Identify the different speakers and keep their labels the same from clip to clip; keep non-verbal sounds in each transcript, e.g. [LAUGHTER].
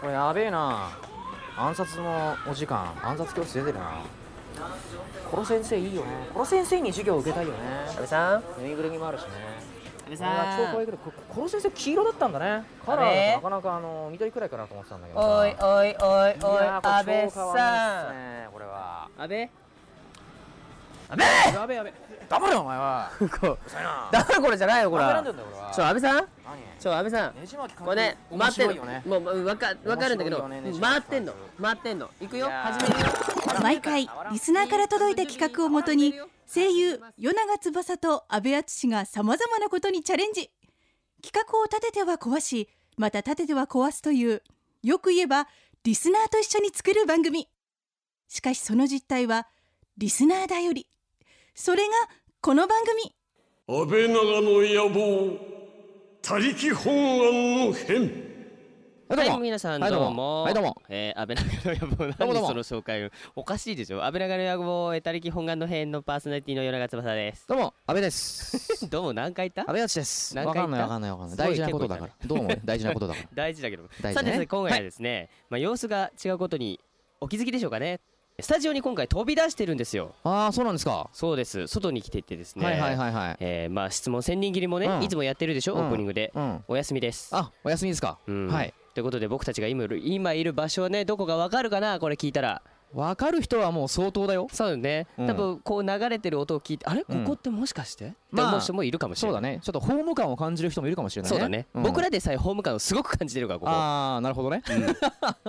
Speaker 1: これやべえな暗殺のお時間暗殺教室出てるなコロ先生いいよねコロ先生に授業受けたいよね
Speaker 2: 安倍さん
Speaker 1: ぬいぐるみもあるしね
Speaker 2: 安倍
Speaker 1: これは超可愛いけどこコロ先生黄色だったんだねカラ
Speaker 2: あ
Speaker 1: ー
Speaker 2: れ
Speaker 1: だとなかなかあの緑くらいかなと思ってたんだけど
Speaker 2: おい
Speaker 1: さ
Speaker 2: おいおいおい
Speaker 1: やーこれ超
Speaker 2: 安倍
Speaker 1: 可愛いっす
Speaker 2: さん
Speaker 1: ねこれは
Speaker 2: 安倍
Speaker 1: やべえやべえ黙れよお前はうる
Speaker 2: こ
Speaker 1: さいな
Speaker 2: [LAUGHS] だからこれじゃないよこれ
Speaker 1: 黙れん
Speaker 2: は
Speaker 1: でんだよ俺
Speaker 2: ちょ
Speaker 1: は
Speaker 2: 安倍さん
Speaker 1: 何
Speaker 2: ちょ安倍さん
Speaker 1: ねじ巻き
Speaker 2: これね
Speaker 1: 面
Speaker 2: 待っ
Speaker 1: 白
Speaker 2: て
Speaker 1: い
Speaker 2: ん
Speaker 1: よね
Speaker 2: のもうわかわかるんだけど
Speaker 1: 面白いよね
Speaker 2: うん回ってんの回ってんの行くよ
Speaker 1: いやー
Speaker 2: 始めるよ
Speaker 3: 毎回リスナーから届いた企画をもとに声優与永翼と阿部淳がさまざまなことにチャレンジ企画を立てては壊しまた立てては壊すというよく言えばリスナーと一緒に作る番組しかしその実態はリスナーだよりそれがこの番組
Speaker 4: 安倍長の野望他力本願の変
Speaker 5: はいどうも
Speaker 2: はい皆さん
Speaker 5: はいどうも
Speaker 2: どうも
Speaker 5: はいどうも
Speaker 2: えー安倍長の野望
Speaker 5: どうもどうも
Speaker 2: 何その紹介おかしいでしょ安倍長の野望えたりき本願の編のパーソナリティの夜長翼です
Speaker 5: どうも、安倍です。
Speaker 2: どうも何回言っ
Speaker 5: 安
Speaker 2: た
Speaker 5: 倍淳です。
Speaker 2: 何
Speaker 5: わ
Speaker 2: 回
Speaker 5: か
Speaker 2: 言
Speaker 5: んな
Speaker 2: った
Speaker 5: いわかんないわかんない。
Speaker 2: すごい
Speaker 5: 大事なことだから。どうもね大事なことだから。
Speaker 2: 大事だけども
Speaker 5: 大事
Speaker 2: さ
Speaker 5: だね
Speaker 2: てですね今回はですね、まあ様子が違うことにお気づきでしょうかねスタジオに今回飛び出してるんですよ [LAUGHS]
Speaker 5: ああ、そうなんですか。
Speaker 2: そうです外に来ていてですね
Speaker 5: はいはいはいはい。
Speaker 2: えーまあ質問千人切りもね、
Speaker 5: うん
Speaker 2: いつもやってるでしょ、
Speaker 5: うん
Speaker 2: オープニングで、
Speaker 5: うん。
Speaker 2: お休みです
Speaker 5: あ、お休みですか。
Speaker 2: うん
Speaker 5: はい。
Speaker 2: ということで僕たちが今いる今いる場所はねどこかわかるかなこれ聞いたら
Speaker 5: わかる人はもう相当だよ。
Speaker 2: そうよね、
Speaker 5: うん
Speaker 2: 多分こう流れてる音を聞いてあれこ
Speaker 5: うん
Speaker 2: こってもしかして、って
Speaker 5: まあ
Speaker 2: 思う人もいるかもし
Speaker 5: そ
Speaker 2: れ
Speaker 5: う
Speaker 2: な
Speaker 5: だ
Speaker 2: い、
Speaker 5: ね。ちょっとホーム感を感じる人もいるかもしれないね。
Speaker 2: そうだね、
Speaker 5: ん
Speaker 2: 僕らでさえホーム感をすごく感じてるからここ
Speaker 5: ああ、なるほどね。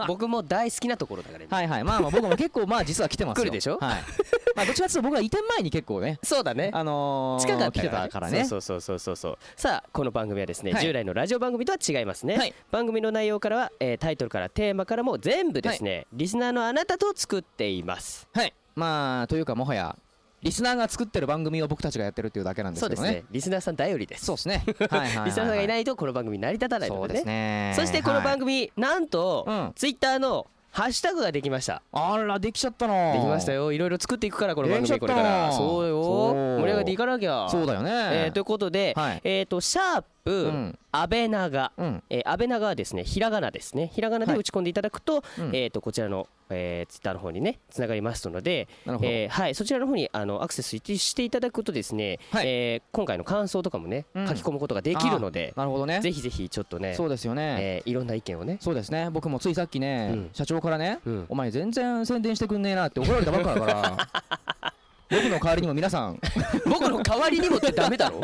Speaker 2: 僕も大好きなところだから
Speaker 5: [LAUGHS]
Speaker 2: 今
Speaker 5: はいはい。まあまあ僕も結構まあ実は来てますよ。
Speaker 2: 来るでしょ
Speaker 5: はい。まあどっちかっていうと僕は移転前に結構ね、
Speaker 2: そうだね
Speaker 5: あのー
Speaker 2: 近かった
Speaker 5: 来てたからね。
Speaker 2: そうそうそうそうそうさあこの番組はですね、
Speaker 5: はい
Speaker 2: 従来のラジオ番組とは違いますね、
Speaker 5: はい
Speaker 2: 番組の内容からは、えータイトルからテーマからも全部ですね、リスナーのあなたと作っています
Speaker 5: はい。まあというかもはやリスナーが作ってる番組を僕たちがやってるっていうだけなんです
Speaker 2: そう
Speaker 5: け
Speaker 2: です
Speaker 5: ど
Speaker 2: ね
Speaker 5: ね。
Speaker 2: リスナーさん頼りです
Speaker 5: そうですね。はいはいはいはい。
Speaker 2: [LAUGHS] リスナーさんがい
Speaker 5: い。
Speaker 2: ないとこの番組成り立たないの
Speaker 5: そ
Speaker 2: でね
Speaker 5: うですね。
Speaker 2: そしてこの
Speaker 5: はい
Speaker 2: 番組、なんと、
Speaker 5: うん
Speaker 2: ツイッターのハッシュタグができました
Speaker 5: あらできちゃったの
Speaker 2: できましたよいろいろ作っていくからこの番
Speaker 5: できちゃ
Speaker 2: 組
Speaker 5: った
Speaker 2: これから
Speaker 5: な
Speaker 2: そうよ
Speaker 5: そう
Speaker 2: 盛り上げていかなきゃ
Speaker 5: そうだよね
Speaker 2: えーということで、
Speaker 5: はい
Speaker 2: えっ、とシャープ、
Speaker 5: うん
Speaker 2: 安倍長、
Speaker 5: うん
Speaker 2: えー、安倍長はですねひらがなですねひらがなで
Speaker 5: はい
Speaker 2: 打ち込んでいただくと,、
Speaker 5: うん
Speaker 2: えー、とこちらの、えー、ツイッターの方にねつながりますので、
Speaker 5: なるほど
Speaker 2: えーはい、そちらの方にあのアクセスしていただくとですね、
Speaker 5: はい
Speaker 2: えー今回の感想とかもね、
Speaker 5: うん
Speaker 2: 書き込むことができるので
Speaker 5: なるほどね
Speaker 2: ぜひぜひちょっとね
Speaker 5: そうですよね
Speaker 2: えーいろんな意見をね、
Speaker 5: そうですね僕もついさっきね
Speaker 2: うん
Speaker 5: 社長からね
Speaker 2: うん
Speaker 5: お前全然宣伝してくんねえなって怒られたばっかだから
Speaker 2: [LAUGHS]
Speaker 5: 僕の代わりにも皆さん
Speaker 2: [LAUGHS] 僕の代わりにもってダメだろ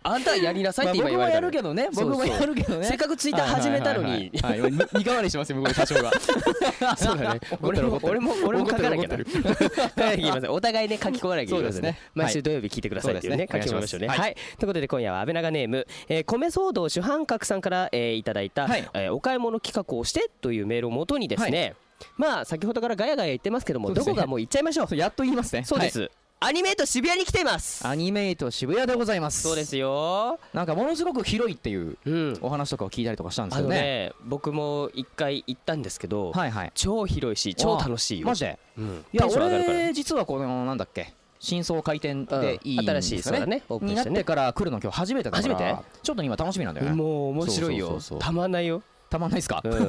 Speaker 2: あんたはやりなさいって
Speaker 5: 僕も
Speaker 2: 今言われた
Speaker 5: や
Speaker 2: の
Speaker 5: る
Speaker 2: に
Speaker 5: けどね
Speaker 2: [LAUGHS] そう
Speaker 5: 僕もやるけどね
Speaker 2: せっかくツイッター始めたのに
Speaker 5: はいはいはいはいはい今に代わりしますよ向こうの社長が
Speaker 2: [LAUGHS] そうだね。
Speaker 5: 怒って
Speaker 2: [LAUGHS] 俺
Speaker 5: る
Speaker 2: も俺も俺も書かなきゃな。 [LAUGHS] 書かなきゃいけません。お互いね書き込まなきゃ
Speaker 5: そ
Speaker 2: いけません。
Speaker 5: うですね
Speaker 2: 毎週土曜日聞いてくださいっていうね、
Speaker 5: はい
Speaker 2: 書き込みましょうね。
Speaker 5: お願いします
Speaker 2: はい。ということで今夜は安倍長ネーム、えー米騒動主犯格さんからえーいただいた
Speaker 5: はい
Speaker 2: えーお買い物企画をしてというメールをもとにですね、まあ先ほどからガヤガヤ言ってますけども、
Speaker 5: そうで
Speaker 2: ど
Speaker 5: すね
Speaker 2: こかもう行っちゃいましょう。
Speaker 5: そうやっと言いますね
Speaker 2: そうです。アニメート渋谷に来ています
Speaker 5: は。いアニメイト渋谷でございます
Speaker 2: そうですよ。
Speaker 5: なんかものすごく広いっていう
Speaker 2: うん。
Speaker 5: お話とかを聞いたりとかしたんです
Speaker 2: あ
Speaker 5: け
Speaker 2: の
Speaker 5: どね
Speaker 2: ね、僕も一回行ったんですけど、
Speaker 5: はいはい
Speaker 2: 超広いし超楽しいよ
Speaker 5: マ。ジで
Speaker 2: うん
Speaker 5: いや
Speaker 2: テンション上がるから
Speaker 5: 俺実はこのなんだっけ新装開店でいいん
Speaker 2: 新
Speaker 5: です
Speaker 2: しいそ
Speaker 5: かね
Speaker 2: うだねオープン
Speaker 5: に
Speaker 2: し
Speaker 5: なって
Speaker 2: ね
Speaker 5: てから来るの今日初めてだから
Speaker 2: 初めて
Speaker 5: ちょっとね今楽しみなんだよね
Speaker 2: もう面白いよ
Speaker 5: そうそうそうそう
Speaker 2: たまんないよ、
Speaker 5: たまんないっすか、 [LAUGHS]
Speaker 2: うん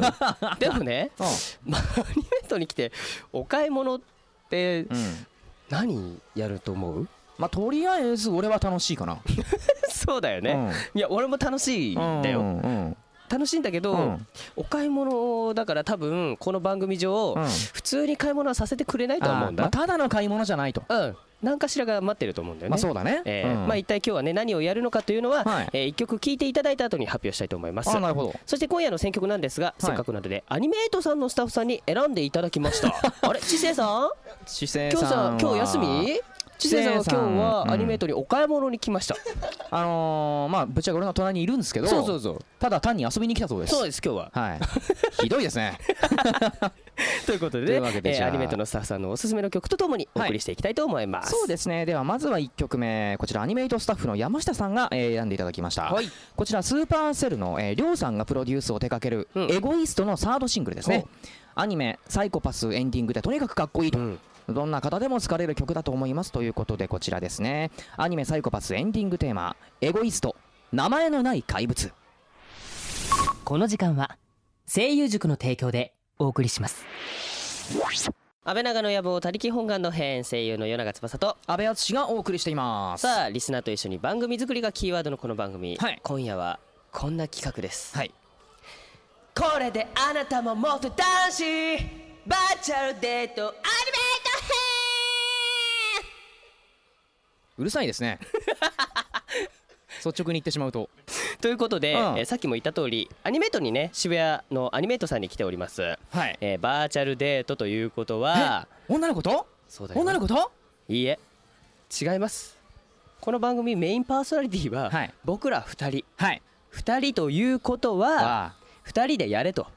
Speaker 2: でもね
Speaker 5: うん
Speaker 2: アニメートに来てお買い物って
Speaker 5: うん
Speaker 2: 何やると
Speaker 5: [LAUGHS]
Speaker 2: 思う
Speaker 5: まあとりあえず俺は楽しいかな
Speaker 2: そうだよね、いや俺も楽しいん
Speaker 5: うん
Speaker 2: だよ、
Speaker 5: うんうん
Speaker 2: 楽しいんだけど、
Speaker 5: うん
Speaker 2: お買い物だから多分この番組上、
Speaker 5: うん
Speaker 2: 普通に買い物はさせてくれないとは思
Speaker 5: あ
Speaker 2: うん
Speaker 5: まあ
Speaker 2: だ、
Speaker 5: ただの買い物じゃないと、
Speaker 2: うん何かしらが待ってると思うんだよね、
Speaker 5: まあそうだね、
Speaker 2: えー
Speaker 5: うん
Speaker 2: まあ一体今日はね何をやるのかというのは、
Speaker 5: はい
Speaker 2: えー一曲聴いていただいた後に発表したいと思います
Speaker 5: あなるほど
Speaker 2: そして今夜の選曲なんですが、せっかくなのでアニメートさんのスタッフさんに選んでいただきましたあれ知性さん
Speaker 5: 知性
Speaker 2: 今日
Speaker 5: さ
Speaker 2: さ
Speaker 5: ん
Speaker 2: 今日休
Speaker 5: は
Speaker 2: み知性さんは
Speaker 5: 知性さん
Speaker 2: 今日
Speaker 5: う
Speaker 2: は
Speaker 5: ん
Speaker 2: アニメートにお買い物に来ました、
Speaker 5: あのー、まあぶっちゃけ俺の隣にいるんですけど
Speaker 2: そうそうそう
Speaker 5: ただ単に遊びに来たそうです
Speaker 2: そうです今日は
Speaker 5: はいひどいですね
Speaker 2: [LAUGHS] ということ
Speaker 5: とい
Speaker 2: で
Speaker 5: うわけで
Speaker 2: えー
Speaker 5: じゃあ
Speaker 2: アニメートのスタッフさんのおすすめの曲とともにお送りしていきたいと思います、
Speaker 5: そうですねではまずは1曲目こちらアニメイトスタッフの山下さんが、えー選んでいただきました、
Speaker 2: はい
Speaker 5: こちらスーパーセルの、えー、りょうさんがプロデュースを手掛ける、
Speaker 2: うん
Speaker 5: エゴイストのサードシングルですねアニメ「サイコパス」エンディングでとにかくかっこいいと、
Speaker 2: うん
Speaker 5: どんな方でも好かれる曲だと思いますということでこちらですねアニメ「サイコパス」エンディングテーマ「エゴイスト名前のない怪物
Speaker 2: この時間は
Speaker 6: 声優塾の提供でお送りします
Speaker 2: 安倍長の野望他力本願の編声優の与永翼と
Speaker 5: 安倍淳がお送りしています
Speaker 2: さあリスナーと一緒に番組作りがキーワードのこの番組、
Speaker 5: はい
Speaker 2: 今夜はこんな企画です、
Speaker 5: はい
Speaker 2: これであなたももっと男子バーチャルデートアニメート
Speaker 5: うるさいですね [LAUGHS] 率直に言ってしまうと
Speaker 2: 編ということで、
Speaker 5: うん
Speaker 2: えーさっきも言った通りアニメートにね渋谷のアニメートさんに来ております、
Speaker 5: はい
Speaker 2: えーバーチャルデートということは
Speaker 5: 女の子と
Speaker 2: そうだよ
Speaker 5: 女の子と
Speaker 2: いいえ違いますこの番組メインパーソナリティは、
Speaker 5: はい
Speaker 2: 僕ら2人
Speaker 5: はい
Speaker 2: 2人ということは
Speaker 5: あ
Speaker 2: 2人でやれと、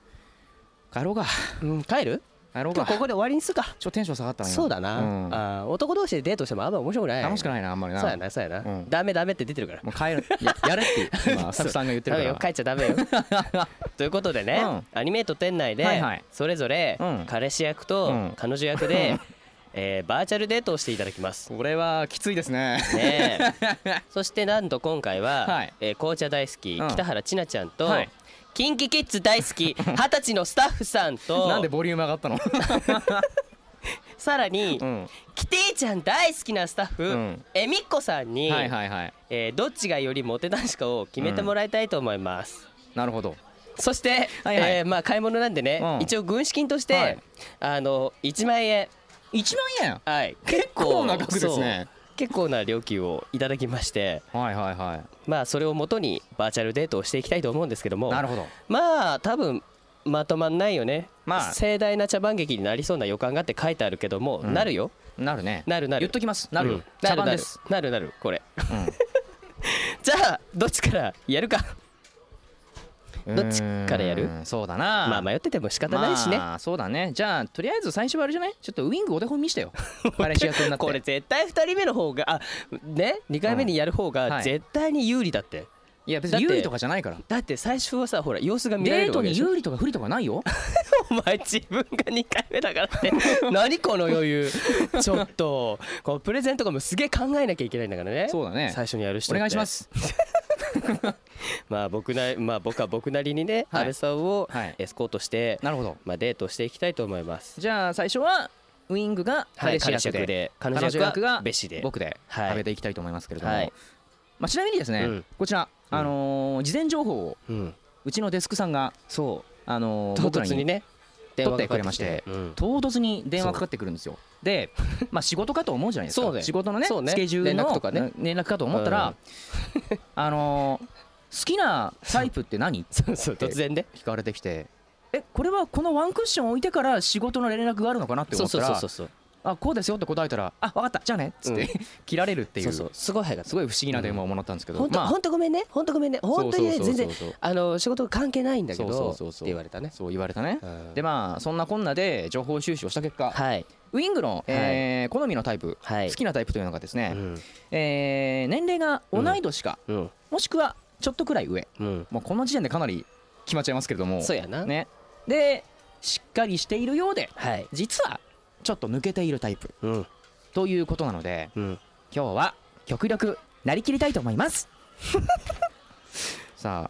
Speaker 5: あ帰ろうか
Speaker 2: うん、帰る
Speaker 5: 帰ろうか
Speaker 2: 今日ここで終わりにするか
Speaker 5: ちょっとテンション下がったね今
Speaker 2: そうだな、
Speaker 5: うん
Speaker 2: あー男同士でデートしてもあんま面白くない
Speaker 5: 楽しくないなあんまりな
Speaker 2: そうやなそうやな、
Speaker 5: うん
Speaker 2: ダメダメって出てるから
Speaker 5: もう帰 [LAUGHS]
Speaker 2: [LAUGHS]
Speaker 5: るややれって今サブさんが言ってるか
Speaker 2: ダメ
Speaker 5: ら
Speaker 2: よ帰っちゃ
Speaker 5: [LAUGHS]
Speaker 2: ダメよということでね、アニメート店内で
Speaker 5: はいはい
Speaker 2: それぞれ
Speaker 5: うん
Speaker 2: 彼氏役
Speaker 5: う
Speaker 2: と
Speaker 5: ん
Speaker 2: 彼女役で、えーバーチャルデートをしていただ
Speaker 5: [LAUGHS]
Speaker 2: きます
Speaker 5: これはきついですね
Speaker 2: ね
Speaker 5: [LAUGHS]
Speaker 2: えそしてなんと今回は、
Speaker 5: はい
Speaker 2: えー紅茶大好き、
Speaker 5: うん
Speaker 2: 北原千奈ちゃんと、
Speaker 5: はい
Speaker 2: キンキキッズ大
Speaker 5: [LAUGHS]
Speaker 2: 好き二十歳のスタッフさんと
Speaker 5: なんでボリューム上がった
Speaker 2: [LAUGHS]
Speaker 5: の
Speaker 2: さらに、
Speaker 5: うん
Speaker 2: キティちゃん大好きなスタッフ、
Speaker 5: うん
Speaker 2: えみっこさんに、
Speaker 5: はいはいはい
Speaker 2: えーどっちがよりモテ男子かを決めてもらいたいと思います、
Speaker 5: なるほど
Speaker 2: そして、
Speaker 5: はいはい
Speaker 2: えーまあ買い物なんでね、
Speaker 5: うん
Speaker 2: 一応軍資金として、
Speaker 5: はい
Speaker 2: あの1万円
Speaker 5: 1万
Speaker 2: はい
Speaker 5: 結構な額ですね
Speaker 2: そう結構な料金をいただきまして
Speaker 5: 円はいはいはい
Speaker 2: まあそれをもとにバーチャルデートをしていきたいと思うんですけども
Speaker 5: なるほど
Speaker 2: まあ多分まとまんないよね、
Speaker 5: まあ
Speaker 2: 盛大な茶番劇になりそうな予感がって書いてあるけども、なるよ
Speaker 5: なるね
Speaker 2: なるなる
Speaker 5: 言っときますなる
Speaker 2: う
Speaker 5: よ
Speaker 2: ん
Speaker 5: 茶
Speaker 2: なる
Speaker 5: 番
Speaker 2: な
Speaker 5: で
Speaker 2: る
Speaker 5: す
Speaker 2: なるなるこれ [LAUGHS] じゃあどっちからやるか
Speaker 5: うん
Speaker 2: どっちからやる
Speaker 5: うんそうだな
Speaker 2: まあ迷ってても仕方ないしね、
Speaker 5: まあそうだねじゃあとりあえず最初はあれじゃないちょっとウィングお手本見してよ彼氏役になって
Speaker 2: [LAUGHS] これ絶対2人目の方があね2回目にやる方
Speaker 5: うん
Speaker 2: が
Speaker 5: はい
Speaker 2: 絶対に有利だって、
Speaker 5: いや別
Speaker 2: だっ
Speaker 5: に
Speaker 2: て
Speaker 5: 有利とかじゃないから
Speaker 2: だって最初はさほら様子が見られ
Speaker 5: デー
Speaker 2: るわ
Speaker 5: ト
Speaker 2: けで
Speaker 5: に
Speaker 2: しょ
Speaker 5: 有利とか不利とかない
Speaker 2: [LAUGHS]
Speaker 5: よ
Speaker 2: お前自分が2回目だからって [LAUGHS] 何この余 [LAUGHS] 裕ちょっとこうプレゼントとかもすげえ考えなきゃいけないんだからね
Speaker 5: そうだね
Speaker 2: 最初にやる人
Speaker 5: お
Speaker 2: って
Speaker 5: 願いします
Speaker 2: まあ僕なまあ僕は僕なりにね、
Speaker 5: はい
Speaker 2: 安倍さんを
Speaker 5: はい
Speaker 2: エスコートして、
Speaker 5: なるほど
Speaker 2: まあデートしていきたいと思います。
Speaker 5: じゃあ最初はウィングが
Speaker 2: はい
Speaker 5: 彼氏役で、
Speaker 2: 彼氏役で彼女役はべしで
Speaker 5: 僕で
Speaker 2: はい
Speaker 5: 食べていきたいと思いますけれども、
Speaker 2: はい
Speaker 5: まあ、ちなみにですね、
Speaker 2: うん
Speaker 5: こちら、あのー事前情報を
Speaker 2: うん、
Speaker 5: うちのデスクさんが、
Speaker 2: そ
Speaker 5: あの
Speaker 2: う
Speaker 5: ー
Speaker 2: 唐
Speaker 5: 僕ら
Speaker 2: 突に
Speaker 5: に
Speaker 2: ね電話がかかってき
Speaker 5: 取って
Speaker 2: て
Speaker 5: く
Speaker 2: うん
Speaker 5: 唐突に電話かかってくるんですよで、まあ、仕事かと思うじゃないです
Speaker 2: そうね
Speaker 5: か仕事のね
Speaker 2: そうね
Speaker 5: スケジュールの
Speaker 2: 連絡とかね
Speaker 5: 連絡かと思ったら、あのー好きなタイプって何
Speaker 2: [LAUGHS] そうそう突然ね
Speaker 5: 聞かれてきてえこれはこのワンクッション置いてから仕事の連絡があるのかなって
Speaker 2: そ
Speaker 5: 思
Speaker 2: う
Speaker 5: った
Speaker 2: そう
Speaker 5: ら
Speaker 2: そうそうそう
Speaker 5: あこうですよって答えたらあわかったじゃあねっつって、
Speaker 2: う
Speaker 5: [LAUGHS] 切られるっていう
Speaker 2: そうそうすごい早かった
Speaker 5: すごい不思議な電話をもらったんですけど、
Speaker 2: 本当、
Speaker 5: まあ
Speaker 2: 本当ごめんね本当ごめんね本当にね
Speaker 5: そうそう
Speaker 2: 全
Speaker 5: そうそう
Speaker 2: 然あの仕事関係ないんだけ
Speaker 5: そ
Speaker 2: ど
Speaker 5: うそうそう
Speaker 2: っ
Speaker 5: そ
Speaker 2: て
Speaker 5: う
Speaker 2: 言われたね
Speaker 5: そう言われたね、
Speaker 2: うん
Speaker 5: でまあそんなこんなで情報収集をした結果、
Speaker 2: はい
Speaker 5: ウィングの、えー好みのタイプ、
Speaker 2: はい
Speaker 5: 好きなタイプというのがですね、
Speaker 2: うん
Speaker 5: えー年齢が同い年か、
Speaker 2: うん
Speaker 5: もしくはちょっとくらい上
Speaker 2: うん
Speaker 5: もうこの時点でかなり決まっちゃいますけれども
Speaker 2: そうやな
Speaker 5: ねでしっかりしているようで
Speaker 2: はい
Speaker 5: 実はちょっと抜けているタイプ
Speaker 2: うん
Speaker 5: ということなので
Speaker 2: うん
Speaker 5: 今日は極力なりきりたいと思います [LAUGHS] さ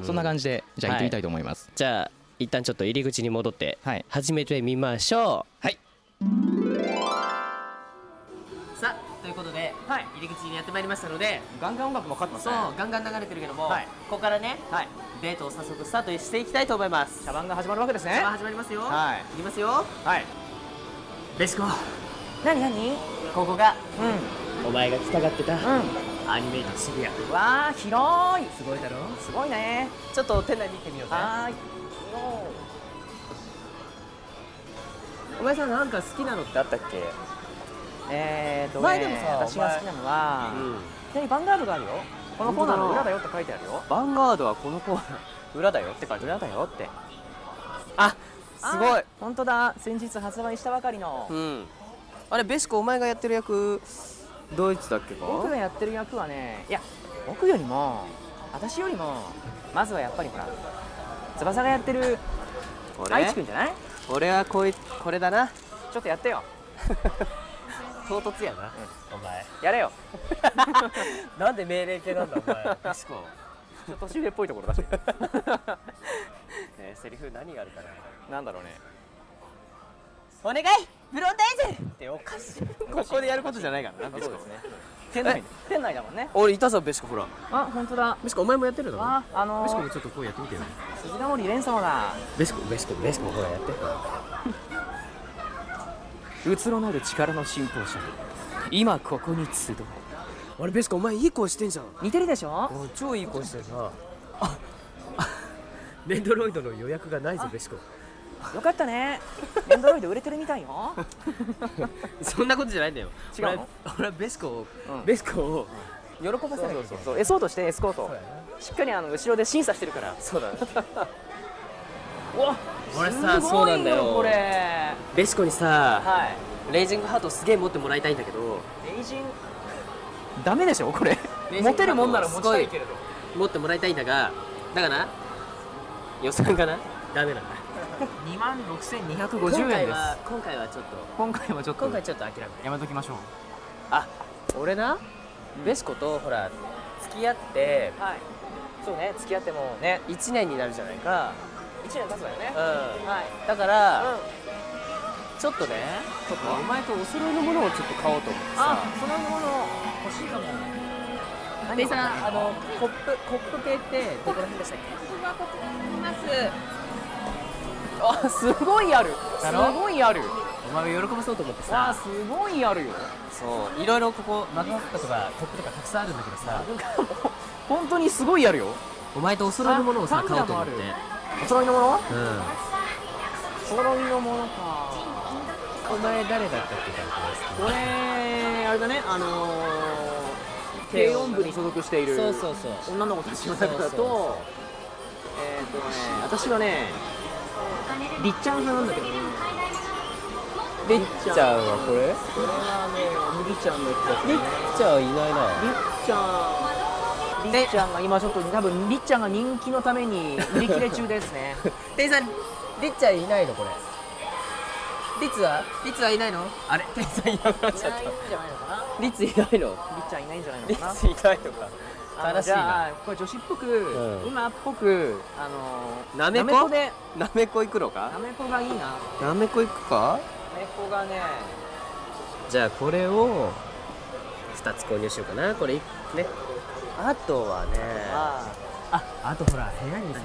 Speaker 5: あそんな感じでじゃあ行ってみたいと思います
Speaker 2: じゃあ一旦ちょっと入り口に戻って
Speaker 5: はい
Speaker 2: 始めてみましょう
Speaker 5: はい
Speaker 2: さあということで、入り口にやってまいりましたので
Speaker 5: ガンガン音楽もかかってま
Speaker 2: そうガンガン流れてるけども、
Speaker 5: はい
Speaker 2: ここからね、
Speaker 5: はい
Speaker 2: デートを早速スタートしていきたいと思います
Speaker 5: 茶番が始まるわけです
Speaker 2: で
Speaker 5: ね
Speaker 2: は始まりますよ、
Speaker 5: はい
Speaker 2: きますよ
Speaker 5: はい
Speaker 2: ベシコ
Speaker 5: 何何
Speaker 2: ここが
Speaker 5: う
Speaker 2: お前が来たがってた、
Speaker 5: ん
Speaker 2: アニメイト渋谷
Speaker 5: うんわあ広い
Speaker 2: すごいだろ
Speaker 5: すごいね
Speaker 2: ちょっと店内見てみようね
Speaker 5: はーい
Speaker 2: お前さんなんか好きなのってあったっけ
Speaker 5: えーとね
Speaker 2: 前でもさ
Speaker 5: 私が好きなのは
Speaker 2: うん
Speaker 5: ちなみにバンガードがあるよこのコーナーの裏だよって書いてあるよ
Speaker 2: ヴァンガードはこのコーナー裏だよって感じ裏だよってあすごい
Speaker 5: 本当だ先日発売したばかりの
Speaker 2: うんあれベシコお前がやってる役ドイツだっけか
Speaker 5: 僕がやってる役はねいや僕よりも私よりもまずはやっぱりほら翼がやってる愛知くんじゃない
Speaker 2: 俺はこいこれだな
Speaker 5: ちょっとやってよ
Speaker 2: 唐突やな、お前
Speaker 5: やれよ
Speaker 2: なんで命令系なんだお前ベシ
Speaker 5: ち
Speaker 2: コ
Speaker 5: ょっと年上っぽいところだし
Speaker 2: えーセリフ何があるかな
Speaker 1: なんだろうね
Speaker 5: お願いブロンドエンジェルっておかしい
Speaker 1: ここでやることじゃないからなそうですね
Speaker 5: 店内店内だもんね
Speaker 7: 俺いたぞベシコほら
Speaker 5: あ本当だ
Speaker 7: ベシコお前もやってるだろ
Speaker 5: ああの
Speaker 7: ベシコ
Speaker 5: ー
Speaker 7: もちょっとこうやってみてよ
Speaker 5: 辻ヶ森蓮様だ
Speaker 7: ベシコベシコベシコほらやって
Speaker 5: うつろなる力の信奉者今ここに集う
Speaker 7: あれベシコお前いい声してんじゃん
Speaker 5: 似てるでしょ
Speaker 7: おい超いい声してるなあレンドロイドの予約がないぞベシコ
Speaker 5: よかったねエンドロイド売れてるみたいよ
Speaker 7: そんなことじゃないんだよ
Speaker 5: 違うの
Speaker 7: 俺俺はベシコを、
Speaker 5: うん
Speaker 7: ベシコを
Speaker 5: 喜ばせないとそうエソートしてエスコートしっかりあの後ろで審査してるから
Speaker 7: そう
Speaker 5: [LAUGHS]
Speaker 7: だね
Speaker 5: 俺
Speaker 7: 俺さそうなんだよ
Speaker 5: これ
Speaker 7: ベシコにさ
Speaker 5: はい
Speaker 7: レイジングハートすげえ持ってもらいたいんだけど
Speaker 5: レイジンダメでしょこれ
Speaker 7: レイジング
Speaker 5: モテるもんなら持ちたいけれど
Speaker 7: 持ってもらいたいんだがだがな予算かなダメなんだ
Speaker 5: 2万6250
Speaker 7: 今
Speaker 5: 円で
Speaker 7: 回
Speaker 5: す
Speaker 7: は今回はちょっと
Speaker 5: 今回はちょっと
Speaker 7: 今回ちょっと諦め
Speaker 5: やめときましょう
Speaker 7: あ俺なベシコとほら付き合って
Speaker 5: はいそうね付き合ってもうね
Speaker 7: 1年になるじゃないか
Speaker 5: 1年経つわよね
Speaker 7: うん
Speaker 5: はい
Speaker 7: だから、ちょっとねちょっとお前とお揃いのものをちょっと買おうと思って
Speaker 5: あ
Speaker 7: さ
Speaker 5: そのもの欲しいかも
Speaker 7: でさあのコップコップ系ってどこら辺でしたっ
Speaker 5: あすごいある
Speaker 7: だ
Speaker 5: す
Speaker 7: ろ
Speaker 5: ごいある
Speaker 7: けお前を喜ばそうと思って
Speaker 5: わあ
Speaker 7: さ
Speaker 5: すごいあるよ
Speaker 7: そういろいろここマグカップとかコップとかたくさんあるんだけどさ
Speaker 5: [LAUGHS] 本当にすごいあるよ
Speaker 7: お前とお揃いのものをさ
Speaker 5: あ
Speaker 7: 買おうと思って
Speaker 5: タンブお揃いのもの
Speaker 7: うん
Speaker 5: お揃いのものか
Speaker 7: お前誰だったっけ
Speaker 5: 俺あれだねあのー、軽音部に所属している
Speaker 7: そうそうそう
Speaker 5: 女の子たちの中だ
Speaker 7: そうそうそ
Speaker 5: とえっ、とね私はねりっちゃん派なんだけど
Speaker 7: りっちゃんは
Speaker 5: こ
Speaker 7: これ
Speaker 5: れはねりっちゃんのやつだね
Speaker 7: りっちゃんいないな
Speaker 5: りっちゃんりっちゃんが今ちょっと多分りっちゃんが人気のために売り切れ中です [LAUGHS] ね
Speaker 7: 店員さんりっちゃんいないのこれリツはリツはいないのあれ店員さんいなくなっちゃった
Speaker 5: じゃないのかな
Speaker 7: リツいないの
Speaker 5: りっちゃんいないんじゃないの
Speaker 7: リ
Speaker 5: かな
Speaker 7: ツいないのか
Speaker 5: あの
Speaker 7: 悲しい
Speaker 5: じゃ
Speaker 7: な
Speaker 5: あこれ女子っぽく、
Speaker 7: うん
Speaker 5: 今っぽくあのー
Speaker 7: なめこ
Speaker 5: なめこで
Speaker 7: なめこ行くの
Speaker 5: な
Speaker 7: か
Speaker 5: めこがいいなな
Speaker 7: なめこ行くか
Speaker 5: めこがね
Speaker 7: じゃあこれを2つ購入しようかなこれねあとはねあ
Speaker 5: あ
Speaker 7: あとほら部屋にさ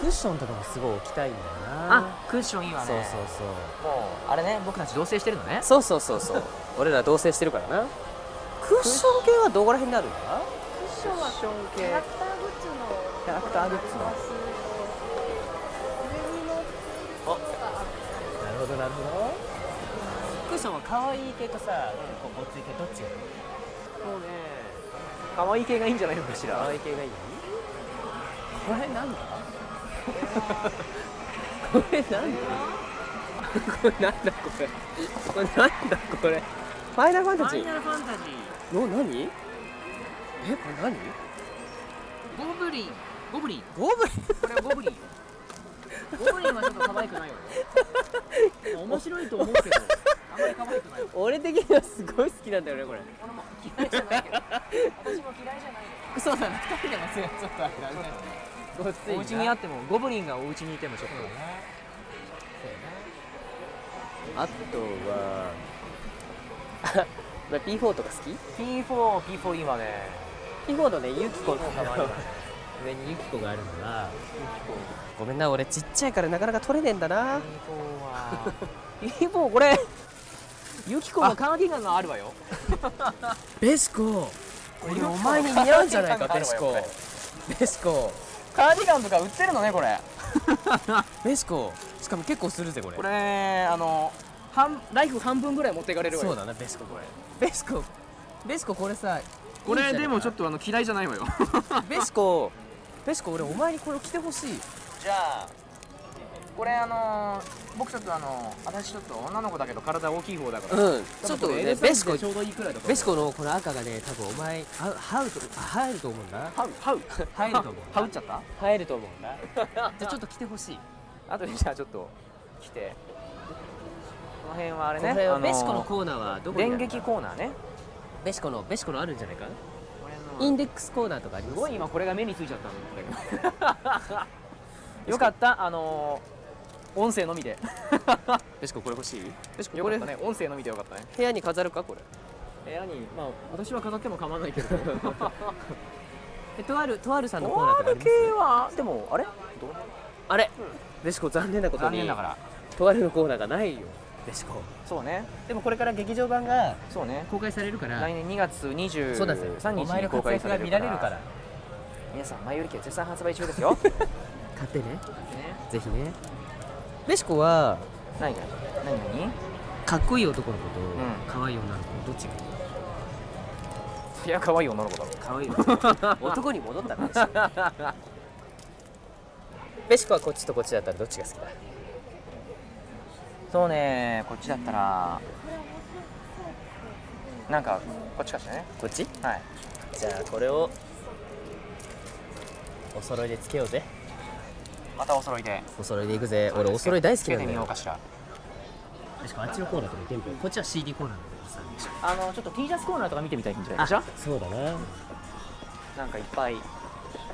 Speaker 7: クッションとかもすごい置きたいんだよな
Speaker 5: あクッションいいわね
Speaker 7: そうそうそう
Speaker 5: もうあれね僕たち同棲してるのね
Speaker 7: そうそうそ
Speaker 5: [LAUGHS]
Speaker 7: うそう俺ら同棲してるからなクッション系はどこら辺にあるんだ
Speaker 5: クッション系キャラクターグッズのキャラクターグッズの
Speaker 7: なるほどなるほどクッションは可愛い系とさ結構ごつい系どっちがいい
Speaker 5: もうね可愛い系がいいんじゃないのかしら
Speaker 7: 可愛い系がいいこれなんだこれなんだこれなんだこれこれなんだこれファイナルファンタジー
Speaker 5: ルファンタジ
Speaker 7: の何えこれ何
Speaker 5: ーゴブリンゴブリン
Speaker 7: ゴブリ
Speaker 5: これはゴブリンゴブリンはちょっと可愛くないよね面白いと思うけどあんまり可愛くないよ
Speaker 7: 俺的にはすごい好きなんだよねこれ
Speaker 5: 俺も嫌いじゃないけど私も嫌いじゃないよ
Speaker 7: そうだね2人でもそれはちょっとあれだねごつ
Speaker 5: お家にあってもゴブリンがお家にいてもちょっと
Speaker 7: あとはあお前 P4 とか好き
Speaker 5: P4、P4 今ね
Speaker 7: P4 のねユキコの
Speaker 5: 可愛いわね
Speaker 7: 上にユキコがあるのがごめんな俺ちっちゃいからなかなか取れねえんだ
Speaker 5: P4
Speaker 7: な
Speaker 5: は P4 これユキコのカーディガンがあるわよ
Speaker 7: ベシコこれお前に似合うんじゃない [LAUGHS] かベシコベシコ
Speaker 5: カーディガンとか売ってるのねこれ
Speaker 7: ベシコしかも結構するぜこれ
Speaker 5: これねあの半ライフ半分ぐらい持っていかれるわ
Speaker 7: そう
Speaker 5: よ
Speaker 7: だなベシコこれベシコベシコこれさ
Speaker 5: こ
Speaker 7: いいん
Speaker 5: れ
Speaker 7: じゃない
Speaker 5: でもちょっとあの嫌いじゃないわよ
Speaker 7: ベシコベシコ俺お前にこれを着てほしい
Speaker 5: じゃあこれあの僕ちょっとあの私ちょっと女の子だけど体大きい方だから
Speaker 7: うんちょっとねベシコ
Speaker 5: ちょうどいいくらいだから
Speaker 7: ベシコのこの赤がね多分お前は入ると入ると思うんだ
Speaker 5: ハウハウ
Speaker 7: 入ると思う
Speaker 5: ハウっちゃった
Speaker 7: 入ると思うんだじゃあちょっと着てほしい
Speaker 5: あとでじゃあちょっと来てこの辺はあれ
Speaker 7: こ
Speaker 5: ね
Speaker 7: れ
Speaker 5: あ
Speaker 7: ベシコのコーナーはどこにあ
Speaker 5: 電
Speaker 7: る
Speaker 5: 撃コーナーね
Speaker 7: ベシコのベシコのあるんじゃないか
Speaker 5: これの
Speaker 7: インデックスコーナーとかあります
Speaker 5: すごい今これが目についちゃったんだけどよかったあのー音声のみで
Speaker 7: ペシコこれ欲しいペシコ
Speaker 5: よ
Speaker 7: こ
Speaker 5: かっ
Speaker 7: れ
Speaker 5: たね音声のみでよかったね
Speaker 7: 部屋に飾るかこれ
Speaker 5: 部屋にまあ私は飾っても構わない [LAUGHS] けど
Speaker 7: えとあるとあるさんのコーナーとかあり
Speaker 5: OR
Speaker 7: ます
Speaker 5: 系はでもあれ
Speaker 7: あれベシコ残念なことに
Speaker 5: ら
Speaker 7: とあるのコーナーがないよベシコ
Speaker 5: そうね
Speaker 7: でもこれから劇場版が
Speaker 5: そうね
Speaker 7: 公開されるから
Speaker 5: 来年2月
Speaker 7: そうなんですよ
Speaker 5: 23
Speaker 7: お
Speaker 5: 日
Speaker 7: 前
Speaker 5: に
Speaker 7: の
Speaker 5: 公
Speaker 7: 活
Speaker 5: 開
Speaker 7: 躍
Speaker 5: され
Speaker 7: が
Speaker 5: る
Speaker 7: 見られるから
Speaker 5: 皆さん前売り券絶賛発売中です
Speaker 7: [LAUGHS]
Speaker 5: よ
Speaker 7: 買ってねぜひねベシコは
Speaker 5: 何が何何
Speaker 7: かっこいい男の子と
Speaker 5: ん
Speaker 7: 可愛い女の子どっちがいい
Speaker 5: いや可愛い女の子だろ
Speaker 7: 可愛い [LAUGHS] 男男に戻ったからベシコはこっちとこっちだったらどっちが好きだ
Speaker 5: そうねこっちだったらなんかこっちかしらね
Speaker 7: こっち
Speaker 5: はい
Speaker 7: じゃあこれをお揃いでつけようぜ
Speaker 5: またお揃いで
Speaker 7: お揃いでいくぜ俺お揃い大好きなん
Speaker 5: つけ
Speaker 7: だ
Speaker 5: てみよう
Speaker 7: よ
Speaker 5: かしら
Speaker 7: 確かあっちのコーナーとか全部こっちは CD コーナーなんだけどさ
Speaker 5: あのちょっと T シャツコーナーとか見てみたいんじゃないでしょ
Speaker 7: そうだな
Speaker 5: なんかいっぱい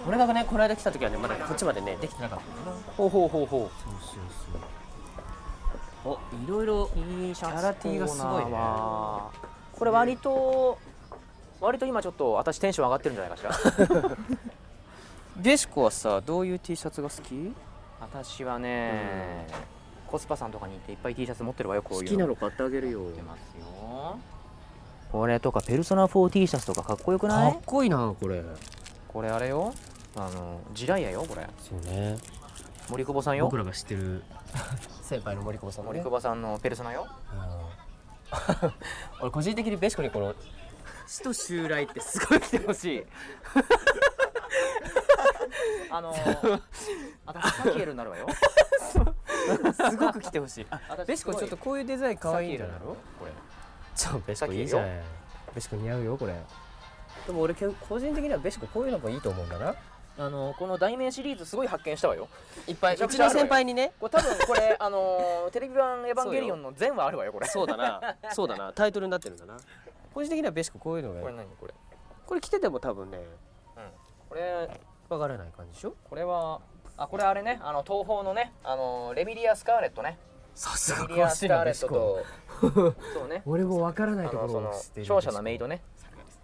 Speaker 7: 俺がねこの間来た時はねまだこっちまでねできてなかったんだよなほうほうほうほうそうそうそうおいろいろ
Speaker 5: T シャツコーナーは
Speaker 7: キャラ T がすごいね
Speaker 5: これ割と割と今ちょっと私テンション上がってるんじゃないかしら
Speaker 7: [LAUGHS] ベシコはさどういう T シャツが好き
Speaker 5: 私はねコスパさんとかに行っていっぱい T シャツ持ってるわよこういう
Speaker 7: の買ってあげるよ
Speaker 5: ってますよこれとかペルソナ 4T シャツとかかっこよく
Speaker 7: か
Speaker 5: ない
Speaker 7: っこいいなこれ
Speaker 5: これあれよあの地雷やよこれ
Speaker 7: そうね
Speaker 5: 森久保さんよ
Speaker 7: 僕らが知ってる先輩の森久保さんも
Speaker 5: 森
Speaker 7: ね
Speaker 5: 久保さんのペルソナよ
Speaker 7: うん俺個人的にベシコにこの死と襲来ってすごい来てほしい
Speaker 5: あ [LAUGHS] のー私サキエルになるわ [LAUGHS] よ
Speaker 7: すごく来てほしい
Speaker 5: 私
Speaker 7: ベシコちょっとこういうデザイン可愛いんだなろ
Speaker 5: これ
Speaker 7: ちょベシコいいじゃんベシコ似合うよこれでも俺け個人的にはベシコこういうのもいいと思うんだな
Speaker 5: あのこの題名シリーズすごい発見したわよ
Speaker 7: いっぱいう
Speaker 5: ちの
Speaker 7: うちの先輩にね
Speaker 5: これ多分これあ [LAUGHS] のーテレビ版「エヴァンゲリオン」の全話あるわよこれ
Speaker 7: そうだなそうだなタイトルになってるんだな個人的にはベシコこういうのがいい
Speaker 5: これ何これ
Speaker 7: これ着てても多分ね
Speaker 5: これ
Speaker 7: わからない感じでしょ
Speaker 5: これはあこれあれねあの東宝のねあのーレミリア・スカーレットね
Speaker 7: さす
Speaker 5: レミリア・スカーレットとそう [LAUGHS] ね
Speaker 7: 俺もわからな
Speaker 5: あ
Speaker 7: いとこ
Speaker 5: のそ
Speaker 7: ろ
Speaker 5: の
Speaker 7: を知ってる
Speaker 5: 勝者のメイドね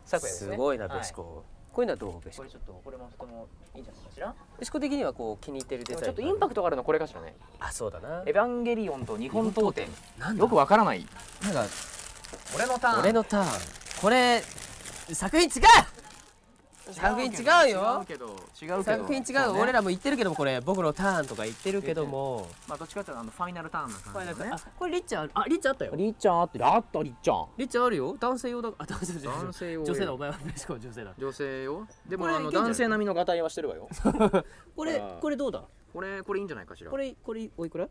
Speaker 5: 昨夜ですすね
Speaker 7: ごいな
Speaker 5: は
Speaker 7: ベシコこういうのはどうベシ
Speaker 5: こ
Speaker 7: コ
Speaker 5: れちょっとこれもとてもいいんじゃないかしら
Speaker 7: ベシコ的にはこう気に入ってる
Speaker 5: で
Speaker 7: デ
Speaker 5: も
Speaker 7: ザイン
Speaker 5: ちょっとインパクトがあるのこれかしらね
Speaker 7: あそうだな
Speaker 5: エヴァンゲリオンと日本刀店
Speaker 7: なんだ
Speaker 5: よくわからない
Speaker 7: なんか
Speaker 5: 俺のターン
Speaker 7: 俺のターンこれ作品違う作品違うよ
Speaker 5: 違うけど違うけど
Speaker 7: 作品違う俺らも言ってるけどもこれ僕のターンとか言ってるけども
Speaker 5: まあどっちかっていうとあのファイナルターンな感じだね
Speaker 7: あこれリッチャーあリッチャーあったよ
Speaker 5: りっちゃんあってるあったりっちゃん
Speaker 7: リッチャーあるよ男性用だあ男性用
Speaker 5: 男性用
Speaker 7: 女性だお前はベシコは女性だ
Speaker 5: 女性よでも
Speaker 7: これ
Speaker 5: あの
Speaker 7: いけんじゃない
Speaker 5: 男性並みのがたいはしてるわよ
Speaker 7: これこれどうだ
Speaker 5: [LAUGHS] これこれいいんじゃないかしら
Speaker 7: これこれおいくら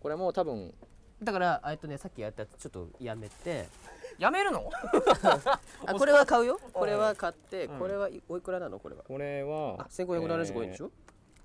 Speaker 5: これもう多分
Speaker 7: だからえっとねさっきやったやつちょっとやめて
Speaker 5: やめるの
Speaker 7: あこれは買うよこれは買ってこれはいおいくらなのこれは
Speaker 5: これは
Speaker 7: あ1575円でしょ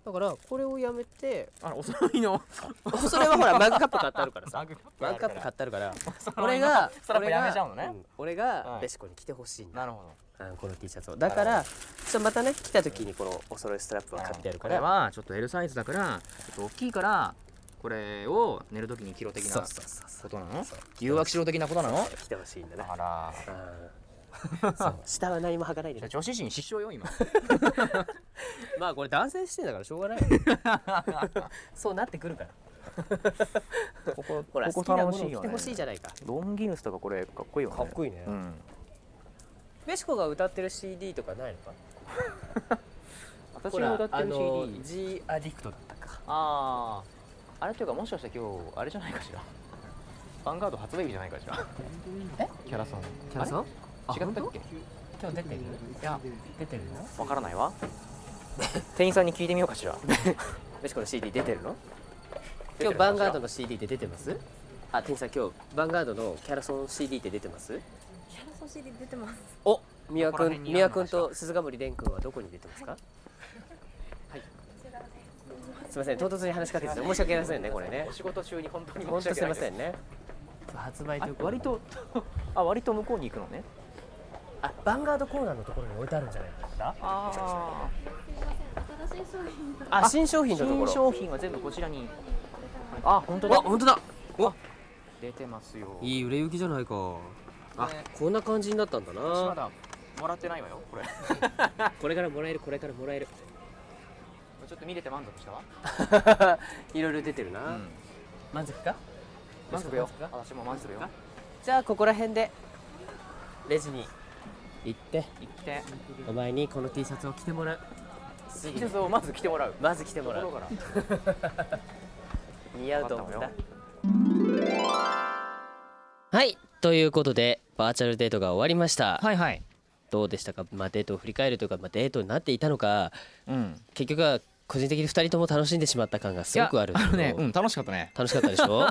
Speaker 7: だからこれをやめて
Speaker 5: あお揃 [LAUGHS] いの
Speaker 7: [LAUGHS] それは [LAUGHS] ほらマグカップ買ってあるからさマグカップ買ってあるから俺が
Speaker 5: それはもうやめちゃうのね
Speaker 7: 俺がん俺
Speaker 5: は
Speaker 7: が
Speaker 5: い
Speaker 7: ベシコに着てほしいんだ
Speaker 5: なるほど
Speaker 7: うんこの T シャツをだからちょっとまたね来た時にこのお揃いストラップは買ってやるか
Speaker 5: これ
Speaker 7: ら
Speaker 5: はちょっと L サイズだからちょっと大きいからこれを寝るときにキロ的
Speaker 7: そ
Speaker 5: な
Speaker 7: うそうそうそ
Speaker 5: こ
Speaker 7: う
Speaker 5: となの誘惑しろ的なことなの
Speaker 7: 着てほしいんだね
Speaker 5: あら
Speaker 7: うんそう下は何も履かないで
Speaker 5: じゃあ
Speaker 7: ね
Speaker 5: 女子陣失笑よ今
Speaker 7: まあこれ男性視点だからしょうがない [LAUGHS] そうなってくるから [LAUGHS]
Speaker 5: ここ
Speaker 7: ほら好きなものを着てほしいじゃないか
Speaker 5: ロンギヌスとかこれかっこいいよね
Speaker 7: かっこいいね
Speaker 5: うん
Speaker 7: ベシコが歌ってる CD とかないのか
Speaker 5: 私が歌ってる CD
Speaker 7: ほらあの G アディクトだったか
Speaker 5: あああれというかもしかして今日あれじゃないかしら [LAUGHS] ヴァンガード初ベビーじゃないかしら
Speaker 7: え
Speaker 5: キャラソン
Speaker 7: キャラさん
Speaker 5: あ
Speaker 7: あ
Speaker 5: れ違ったっけ
Speaker 7: 今日出てるいや出てるの
Speaker 5: わからない [LAUGHS] わ店員さんに聞いてみようかしら
Speaker 7: ベシコの CD 出てるの
Speaker 5: 出てる
Speaker 7: 今日ヴァンガードの CD って出てますあ店員さん今日ヴァンガードのキャラソン CD って出てます
Speaker 8: キャラソン CD 出てます。
Speaker 7: お宮
Speaker 5: ここら
Speaker 7: 君
Speaker 5: 辺にあ
Speaker 7: 宮
Speaker 5: るのか
Speaker 7: 君
Speaker 5: しら
Speaker 7: と鈴ヶ森蓮君はどこに出てますかはいすいません唐突に話しかけて申し訳ありませんねこれね
Speaker 5: お仕事中に本当に
Speaker 7: 本当すいませ
Speaker 5: ん
Speaker 7: んね発売ということで
Speaker 5: 割とあ割と向こうに行くのね
Speaker 7: あヴァンガードコーナーのところに置いてあるんじゃないかな
Speaker 5: あ
Speaker 9: 新商品だ
Speaker 2: あ新商品のとこ
Speaker 7: 新
Speaker 2: ろ
Speaker 7: 商品は全部こちらにあ本当
Speaker 2: あ
Speaker 7: だ
Speaker 2: 本当だ
Speaker 7: 出てますよ
Speaker 2: いい売れ行きじゃないかあこんな感じになったんだ
Speaker 7: 私ま
Speaker 2: な
Speaker 7: だもらってないわよ [LAUGHS] これ
Speaker 2: これからもらえるこれからもらえる
Speaker 7: ちょっと見れて満足したわ
Speaker 2: いろいろ出てる
Speaker 7: う
Speaker 2: なん満足か
Speaker 7: 満足よ私も満足よ
Speaker 2: 満じゃあここら辺でレジに行って
Speaker 7: 行って
Speaker 2: お前にこの T シャツを着てもらうすぐ
Speaker 7: 技術をまず来てもらう
Speaker 2: まず着ても
Speaker 7: とこ
Speaker 2: ら
Speaker 7: ろ
Speaker 2: う
Speaker 7: から
Speaker 2: 似合うと思う
Speaker 7: わか
Speaker 2: な
Speaker 7: っ
Speaker 5: はい
Speaker 2: ということでバーチャルデートが終わりました、
Speaker 5: はいはい
Speaker 2: どうでしたか、まあ、デートを振り返るというか、まあ、デートになっていたのか
Speaker 7: うん
Speaker 2: 結局は個人的に2人とも楽しんでしまった感がすごくあるんだけ
Speaker 5: の
Speaker 2: ど
Speaker 5: ねうん楽しかったね
Speaker 2: 楽しかったで
Speaker 7: [LAUGHS]
Speaker 2: しょ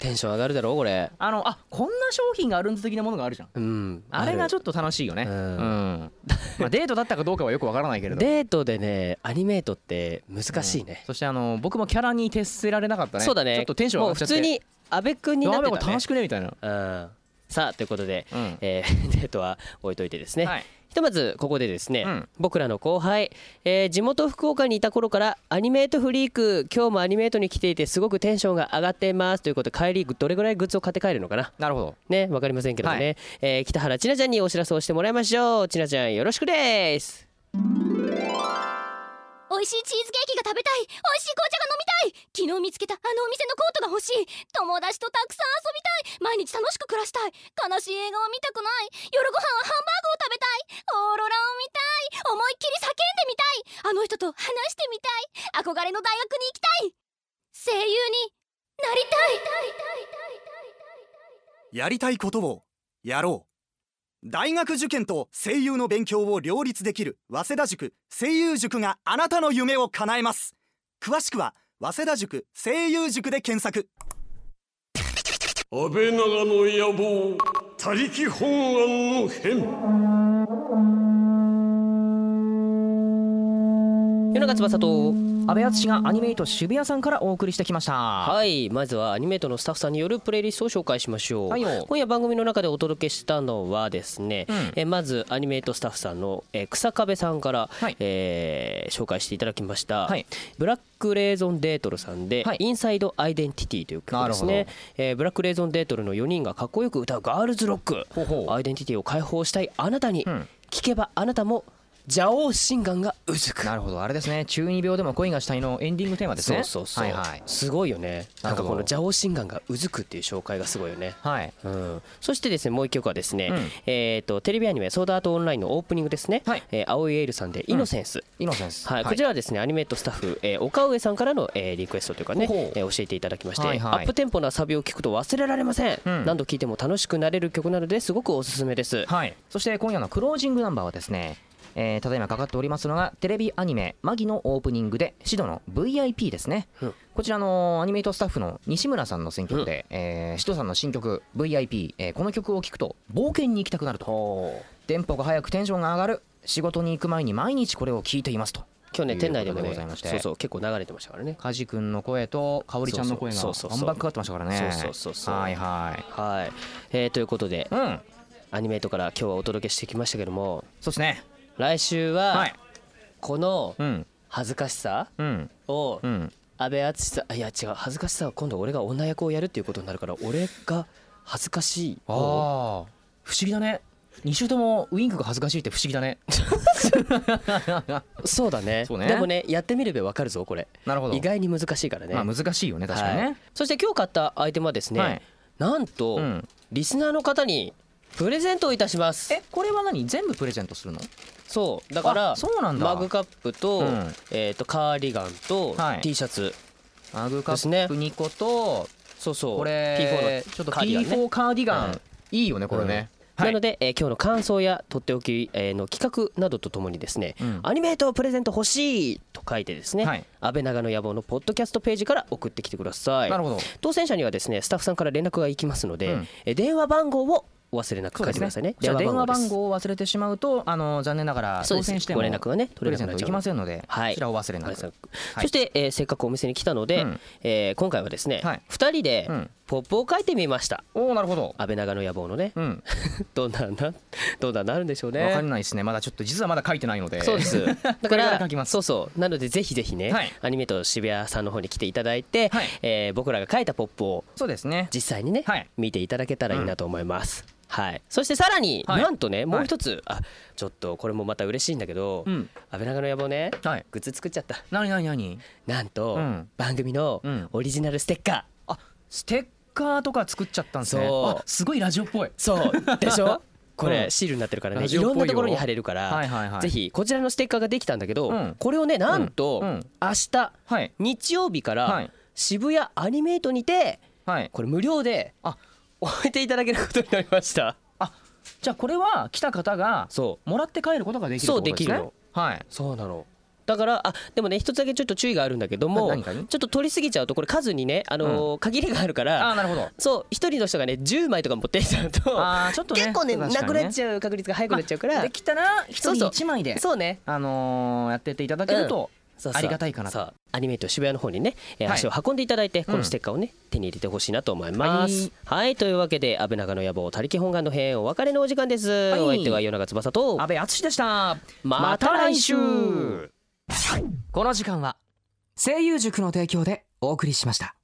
Speaker 2: テンション上がるだろうこれ
Speaker 5: あのあこんな商品があるんだ的なものがあるじゃん
Speaker 2: うん
Speaker 5: あれがち
Speaker 2: ょっ
Speaker 5: ょっと楽しいよね
Speaker 2: う
Speaker 5: うんん、まあデートだったかどうかはよくわからないけれど
Speaker 2: デートでねアニメートって難しいね、
Speaker 5: そしてあの僕もキャラに徹せられなかったね
Speaker 2: そうだね
Speaker 5: ちょっとテンション上がっちゃって
Speaker 2: もう普通に阿部君にな
Speaker 5: や
Speaker 2: っ
Speaker 5: べ
Speaker 2: て
Speaker 5: えこ
Speaker 2: た、
Speaker 5: れ
Speaker 2: ね、
Speaker 5: 楽しくねみたいな
Speaker 2: うんさあということで、
Speaker 5: うん
Speaker 2: えー [LAUGHS] デートは置いといてですね、
Speaker 5: はい
Speaker 2: ひとまずここでですね、
Speaker 5: うん
Speaker 2: 僕らの後輩、えー地元福岡にいた頃からアニメートフリーク今日もアニメートに来ていてすごくテンションが上がっていますということで帰りどれぐらいグッズを買って帰るのかな
Speaker 5: なるほど
Speaker 2: ねわかりませんけどね、
Speaker 5: はい
Speaker 2: えー北原千奈ちゃんにお知らせをしてもらいましょう千奈ちゃんよろしくです
Speaker 10: 美味しいチーズケーキが食べたい美味しい紅茶が飲みたい昨日見つけたあのお店のコートが欲しい友達とたくさん遊びたい毎日楽しく暮らしたい悲しい映画を見たくない夜ご飯はハンバーグを食べたいオーロラを見たい思いっきり叫んでみたいあの人と話してみたい憧れの大学に行きたい声優になりたい
Speaker 11: やりたいことをやろう大学受験と声優の勉強を両立できる早稲田塾声優塾があなたの夢を叶えます詳しくは早稲田塾声優塾で検索
Speaker 4: 安倍長の野望他力本願の変
Speaker 2: 夜中翼と
Speaker 5: 安倍淳がアニメイト渋谷さんからお送りしてきましたは
Speaker 2: はいまずはアニメートのスタッフさんによるプレイリストを紹介しましょう、
Speaker 5: はいよ
Speaker 2: 今夜番組の中でお届けしたのはですね、
Speaker 5: うん
Speaker 2: えーまずアニメートスタッフさんの、えー草壁さんから、
Speaker 5: はい
Speaker 2: えー紹介していただきました、
Speaker 5: はい
Speaker 2: ブラックレーゾンデートルさんで、
Speaker 5: はい
Speaker 2: インサイドアイデンティティという曲です
Speaker 5: な
Speaker 2: ね
Speaker 5: るほ、
Speaker 2: えーブラックレーゾンデートルの4人がかっこよく歌うガールズロック
Speaker 5: ほうほう
Speaker 2: アイデンティティを解放したいあなたに、
Speaker 5: うん
Speaker 2: 聞けばあなたも蛇王心眼がうずく
Speaker 5: なるほどあれですね中二病でも恋がしたいのエンディングテーマですね
Speaker 2: そうそうそう、
Speaker 5: はいはい
Speaker 2: すごいよね
Speaker 5: な
Speaker 2: な
Speaker 5: る
Speaker 2: んか
Speaker 5: ほど
Speaker 2: この蛇王心眼がうずくっていう紹介がすごいよね
Speaker 5: はい
Speaker 2: うん、そしてですねもう一曲はですね、
Speaker 5: うん
Speaker 2: えー、とテレビアニメ「ソードアートオンライン」のオープニングですね、
Speaker 5: はい
Speaker 2: えー青いエールさんで「イノセンス」
Speaker 5: イノセンス
Speaker 2: はい、こちらはですねアニメートスタッフ、えー岡上さんからの、えーリクエストというかね
Speaker 5: ほうほう
Speaker 2: えー教えていただきまして、
Speaker 5: はいはい
Speaker 2: アップテンポなサビを聞くと忘れられません、
Speaker 5: うん
Speaker 2: 何度聴いても楽しくなれる曲なのですごくおすすめです、
Speaker 5: はい、そして今夜のクロージングナンバーはですね、えー、ただいまかかっておりますのがテレビアニメ「マギ」のオープニングでシドの VIP ですね、
Speaker 2: うん
Speaker 5: こちらのアニメイトスタッフの西村さんの選曲で、えーシドさんの新曲「VIP、えーこの曲を聴くと冒険に行きたくなるとテンポが速くテンションが上がる仕事に行く前に毎日これを聴いていますと
Speaker 2: 今日ね店内でも
Speaker 5: ということでござい
Speaker 2: ね
Speaker 5: まして
Speaker 2: そうそう結構流れてましたからね
Speaker 5: 梶君の声と香織ちゃんの声が
Speaker 2: そうそうそうそ
Speaker 5: バン
Speaker 2: う
Speaker 5: バンかかってましたからね
Speaker 2: そうそうそうそう
Speaker 5: はいはい
Speaker 2: はい、えーということで
Speaker 5: うん
Speaker 2: アニメートから今日はお届けしてきましたけども
Speaker 5: そうですね
Speaker 2: 来週は、
Speaker 5: はい
Speaker 2: この
Speaker 5: うん
Speaker 2: 恥ずかしさ
Speaker 5: うん
Speaker 2: を
Speaker 5: うん
Speaker 2: 安倍淳さんいや違う恥ずかしさは今度俺が女役をやるっていうことになるから俺が恥ずかしい
Speaker 5: ああ不思議だね2週ともウインクが恥ずかしいって不思議だね
Speaker 2: そうだね
Speaker 5: そうね
Speaker 2: でもねやってみればわかるぞこれ
Speaker 5: なるほど
Speaker 2: 意外に難しいからね、
Speaker 5: まあ難しいよね確かに
Speaker 2: はい
Speaker 5: ね、
Speaker 2: そして今日買ったアイテムはですね、
Speaker 5: はい
Speaker 2: なんと、
Speaker 5: うん
Speaker 2: リスナーの方にプレゼントをいたします
Speaker 5: えこれは何全部プレゼントするの
Speaker 2: そうだから
Speaker 5: あそうなんだ
Speaker 2: マグカップと,、
Speaker 5: うん
Speaker 2: えー、とカーディガンと
Speaker 5: はい
Speaker 2: T シャツ、
Speaker 5: マグカ
Speaker 2: です
Speaker 5: ッ
Speaker 2: ね
Speaker 5: プ2個と、
Speaker 2: そうそう
Speaker 5: これ
Speaker 2: P4 の
Speaker 5: ちょっと
Speaker 2: カーディガンね
Speaker 5: P4 カーディガン、
Speaker 2: うん
Speaker 5: いいよねこれね、は
Speaker 2: ないので、えー今日の感想やとっておき、えーの企画などとともにですね、
Speaker 5: うん
Speaker 2: アニメートプレゼント欲しいと書いてですね、
Speaker 5: はい
Speaker 2: 安倍長の野望のポッドキャストページから送ってきてください
Speaker 5: なるほど
Speaker 2: 当選者にはですねスタッフさんから連絡がいきますので、
Speaker 5: うん
Speaker 2: えー電話番号をお忘れなく書いてくださいね
Speaker 5: じゃあ電話
Speaker 2: です
Speaker 5: 番号を忘れてしまうとあの残念ながら
Speaker 2: そう
Speaker 5: 当
Speaker 2: です
Speaker 5: 選しても
Speaker 2: ご連絡がね
Speaker 5: プ
Speaker 2: 取
Speaker 5: レ
Speaker 2: れ
Speaker 5: ゼン
Speaker 2: なくな
Speaker 5: ト
Speaker 2: っち
Speaker 5: で
Speaker 2: ゃう
Speaker 5: きませんので、
Speaker 2: はい
Speaker 5: こちらを忘れな
Speaker 2: ご連絡
Speaker 5: くはい
Speaker 2: そして、えーせっかくお店に来たので、
Speaker 5: うん
Speaker 2: えー今回はですね、
Speaker 5: はい
Speaker 2: 2人で
Speaker 5: うん
Speaker 2: ポップを書いてみました
Speaker 5: おおなるほど
Speaker 2: 安倍長の野望のね、
Speaker 5: うん
Speaker 2: どんななどんななるんでしょうね
Speaker 5: わかんないですねまだちょっと実はまだ書いてないので
Speaker 2: そうです [LAUGHS] だか
Speaker 5: これ
Speaker 2: ら
Speaker 5: ら書きます
Speaker 2: そうそうなのでぜひぜひね、
Speaker 5: はい
Speaker 2: アニメと渋谷さんの方に来ていただいて、
Speaker 5: はい
Speaker 2: えー僕らが書いたポップを
Speaker 5: そうですね
Speaker 2: 実際にね、
Speaker 5: はい
Speaker 2: 見ていただけたらいいなと思います、はいそしてさらに、
Speaker 5: はい
Speaker 2: なんとねもう一つ、あちょっとこれもまた嬉しいんだけど、
Speaker 5: うん
Speaker 2: 安倍長の野望ね
Speaker 5: はい
Speaker 2: グッズ作っちゃった
Speaker 5: 何何何
Speaker 2: なんと、
Speaker 5: うん
Speaker 2: 番組の
Speaker 5: うん
Speaker 2: オリジナルステッカー
Speaker 5: ステッカーとか作っちゃったんですね
Speaker 2: そう
Speaker 5: あすごいラジオっぽい
Speaker 2: そうで
Speaker 5: [LAUGHS]
Speaker 2: しょこれ、
Speaker 5: うん
Speaker 2: シールになってるからね
Speaker 5: ラ
Speaker 2: い
Speaker 5: ジオっぽい
Speaker 2: ろ
Speaker 5: よ
Speaker 2: んなところに貼れるから、
Speaker 5: はいはいはい
Speaker 2: ぜひこちらのステッカーができたんだけど、
Speaker 5: うん
Speaker 2: これをねなんと、
Speaker 5: うんうん
Speaker 2: 明日
Speaker 5: はい
Speaker 2: 日曜日か
Speaker 5: は
Speaker 2: ら
Speaker 5: い
Speaker 2: 渋谷アニメイトにて
Speaker 5: はい
Speaker 2: これ無料で
Speaker 5: あ
Speaker 2: 置いていただけることになりました
Speaker 5: あじゃあこれは来た方が
Speaker 2: そう
Speaker 5: もらって帰ることができるって
Speaker 2: そう
Speaker 5: ことです
Speaker 2: できる
Speaker 5: ね
Speaker 2: の
Speaker 5: はい
Speaker 2: そうなのだからあでもね一つだけちょっと注意があるんだけども
Speaker 5: あ何
Speaker 2: ちょ
Speaker 5: 何
Speaker 2: っと取りすぎちゃうとこれ数にね、あのー限りがあるから
Speaker 5: あーなるほど
Speaker 2: そう一人の人がね10枚とか持ってきちゃうと
Speaker 5: あーちょっとね
Speaker 2: 結構ね
Speaker 5: 確かに
Speaker 2: なく
Speaker 5: ね
Speaker 2: なっちゃう確率が早くなっちゃうから、
Speaker 5: できたら一人
Speaker 2: そう
Speaker 5: 一枚で
Speaker 2: そうね
Speaker 5: あのーやってっていただけると
Speaker 2: そうそ
Speaker 5: あ
Speaker 2: う
Speaker 5: りがたいかなと
Speaker 2: そうアニメと渋谷の方にね、えー
Speaker 5: はい
Speaker 2: 足を運んでいただいてこ
Speaker 5: う
Speaker 2: の
Speaker 5: ん
Speaker 2: ステッカーをね、手に入れてほしいなと思いますはい、というわけで安倍長の野望他力本願の編お別れのお時間です、
Speaker 5: い
Speaker 2: お相手は夜長翼と
Speaker 5: 安倍敦でした
Speaker 2: また来週
Speaker 4: この時間は声優塾の提供でお送りしました